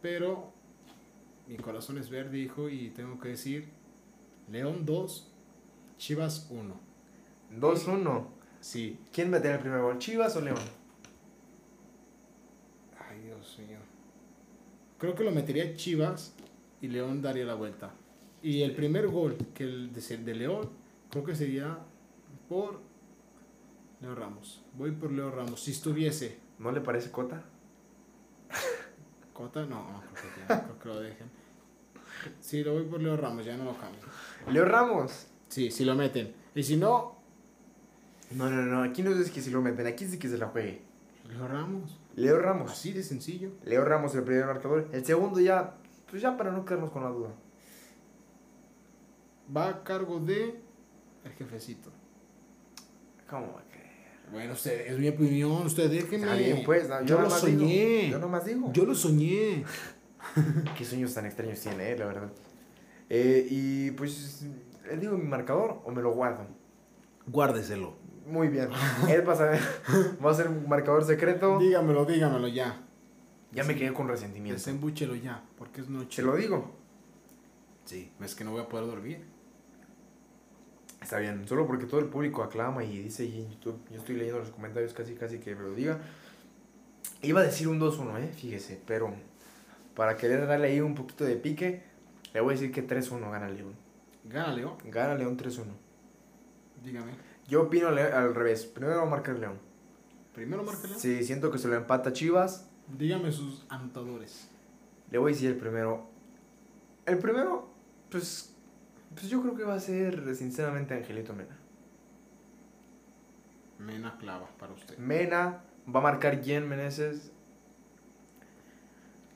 Pero Mi corazón es verde, hijo, y tengo que decir, León 2, Chivas 1.
2-1.
Sí.
¿Quién va a tener el primer gol? ¿Chivas o León?
Ay, Dios mío. Creo que lo metería Chivas y León daría la vuelta. Y el primer gol que el de, de León, creo que sería por Leo Ramos. Voy por Leo Ramos. Si estuviese
¿No le parece Cota?
Cota, no, no, creo que, ya, creo que lo dejen. Sí, lo voy por Leo Ramos, ya no lo cambio.
Leo Ramos.
Sí, si lo meten. Y si no,
No, no, no. Aquí no es que si lo meten. Aquí es que se la juegue.
Leo Ramos.
Leo Ramos.
Así de sencillo.
Leo Ramos el primer marcador. El segundo ya. Pues ya para no quedarnos con la duda.
Va a cargo de el jefecito.
¿Cómo va a creer?
Bueno, usted, es mi opinión, usted déjeme.
Está bien, pues. no,
yo lo
nomás
soñé.
Digo, yo nomás digo.
Yo lo soñé.
Qué sueños tan extraños tiene, eh, la verdad. Eh, y pues. ¿Le digo mi marcador o me lo guardo?
Guárdeselo.
Muy bien. Él va a saber. Va a ser un marcador secreto.
Dígamelo, dígamelo ya.
Ya me quedé con resentimiento.
Desembúchelo ya, porque es noche.
Se lo digo.
Sí, es que no voy a poder dormir.
Está bien, solo porque todo el público aclama y dice ahí en YouTube, yo estoy leyendo los comentarios casi casi que me lo diga. Iba a decir un 2-1, eh, fíjese, pero para querer darle ahí un poquito de pique, le voy a decir que 3-1 gana León.
Gana Leo,
Gana León 3-1.
oh, dígame.
Yo opino al, al revés, primero va a marcar León.
Primero marca Leo.
Sí, siento que se lo empata Chivas,
Dígame sus anotadores.
le voy a decir el primero. El primero, pues, pues yo creo que va a ser sinceramente Angelito Mena.
Mena clava para usted.
Mena va a marcar Guillén Meneses.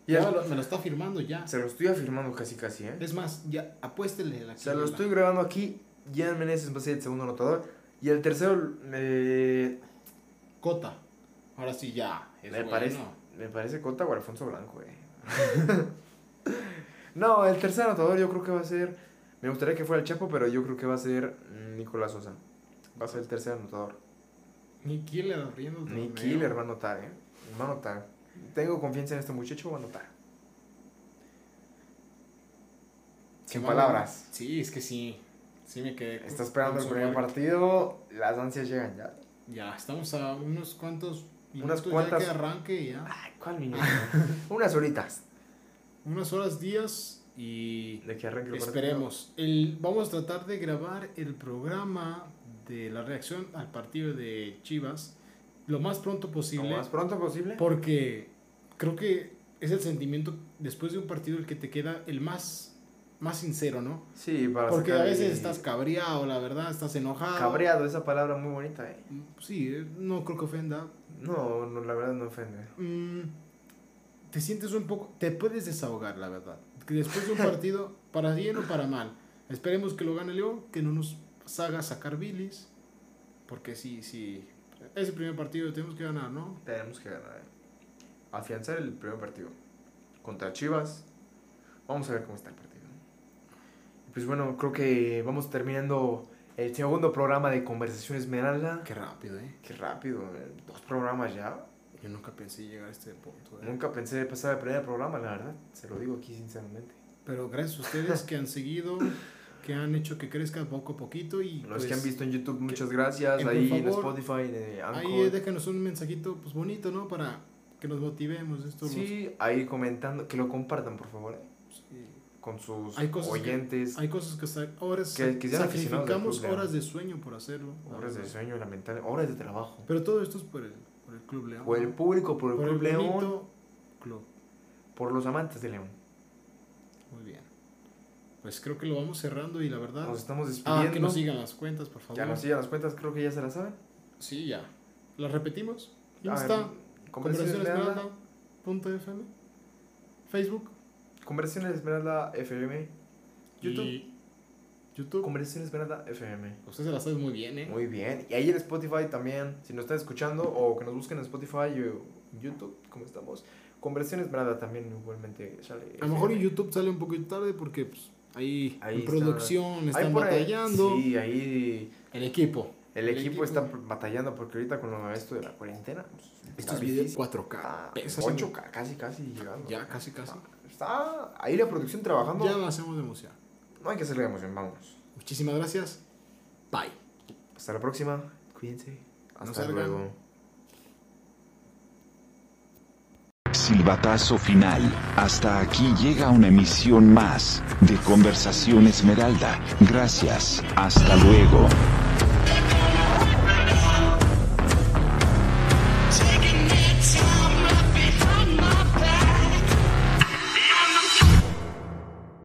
Y
Ya
al-
me lo, me lo está firmando ya.
Se lo estoy afirmando casi casi, ¿eh?
Es más, ya apuéstele la
Se lo
quiniela.
estoy grabando aquí. Jan Meneses va a ser el segundo anotador. Y el tercero, eh,
Cota. Ahora sí ya. es
me,
bueno.
parece, me parece Cota o Alfonso Blanco, eh. no, el tercer anotador yo creo que va a ser. Me gustaría que fuera el Chapo, pero yo creo que va a ser mm, Nicolás Sosa. Va a ser el tercer anotador.
Ni Killer abriendo el
Ni
torneo.
Killer va a anotar, eh. Va a anotar. Tengo confianza en este muchacho, va a anotar.
Qué
Sin
malo.
palabras.
Sí, es que sí. Sí me quedé. con-
Está esperando
con
el
su
primer
gol.
partido. Las ansias llegan ya.
Ya, estamos a unos cuantos minutos
Unas
ya
cuantas-
que arranque y ya.
Ay, ¿cuál minuto? Unas horitas.
Unas horas, días y
De que arranque el
esperemos. El, vamos a tratar de grabar el programa de la reacción al partido de Chivas lo más pronto
partido.
posible.
Lo más pronto posible.
Porque creo que es el sentimiento después de un partido el que te queda el más, más sincero, ¿no?
Sí, para
Porque a
sacar
veces
el-
estás cabreado, la verdad, estás enojado.
cabreado. Esa palabra muy bonita, eh.
Sí, eh, no creo que ofenda.
No, no, la verdad no ofende.
Mm, te sientes un poco, te puedes desahogar, la verdad. Que después de un partido, para bien o para mal, esperemos que lo gane León, que no nos haga sacar bilis, porque sí, sí, es el primer partido que tenemos que ganar, ¿no?
Tenemos que ganar, eh. Afianzar el primer partido. Contra Chivas. Vamos a ver cómo está el partido. Pues bueno, creo que vamos terminando el segundo programa de Conversación Esmeralda.
Qué rápido, ¿eh?
Qué rápido, eh, dos programas ya.
Yo nunca pensé llegar a este punto. ¿eh?
Nunca pensé pasar el primer programa, la verdad. Se lo digo aquí sinceramente.
Pero gracias a ustedes que han seguido, que han hecho que crezca poco a poquito y
Los que
pues,
han visto en YouTube, muchas gracias.
eh, por
ahí
favor,
en Spotify, en Anchor.
Ahí eh, déjanos un mensajito pues bonito, ¿no? Para que nos motivemos esto. los-
sí, ahí comentando. Que lo compartan, por favor. eh,
sí.
Con sus
Hay cosas que-
oyentes.
Hay cosas que sa- horas
Que- que sean aficionados al
sacrificamos
Club León.
horas de sueño por hacerlo. la
horas de
verdad.
sueño, lamentable. Horas de trabajo.
Pero todo esto es por el, por el Club León.
Por el público, por el
Por el
Club León,
bonito club.
por los amantes de León.
Muy bien. Pues creo que lo vamos cerrando y la verdad.
Nos estamos
Ah,
despidiendo.
que nos sigan las cuentas, por favor.
ya nos sigan las cuentas, creo que ya se las saben.
Sí, ya. ¿Las repetimos?
A ver,
Insta,
Conversación Esmeralda.
conversacionesmeralda.fm, Facebook,
Conversación Esmeralda FM. YouTube.
y YouTube.
Conversación Esmeralda FM.
Usted se la sabe muy bien, ¿eh?
Muy bien. Y ahí en Spotify también, si nos están escuchando o que nos busquen en Spotify o YouTube, como estamos. Conversación Esmeralda también igualmente sale.
A lo mejor en YouTube sale un poquito tarde porque pues, ahí,
Ahí
en
está.
producción
Ahí
están
por ahí-
batallando.
Sí, ahí
El equipo.
el,
El
equipo,
equipo.
está batallando porque ahorita con lo- esto de la cuarentena. pues, está
Estos
difícil.
videos 4K.
Ah,
pesan.
8K, casi, casi llegando.
Ya, casi, casi.
Ah, está está ahí la producción trabajando.
Ya lo hacemos de emoción.
No hay que hacerle emoción, vámonos.
Muchísimas gracias. Bye.
Hasta la próxima. Cuídense. Hasta
salgan.
luego.
Silbatazo final. Hasta aquí llega una emisión más de Conversación Esmeralda. Gracias. Hasta luego.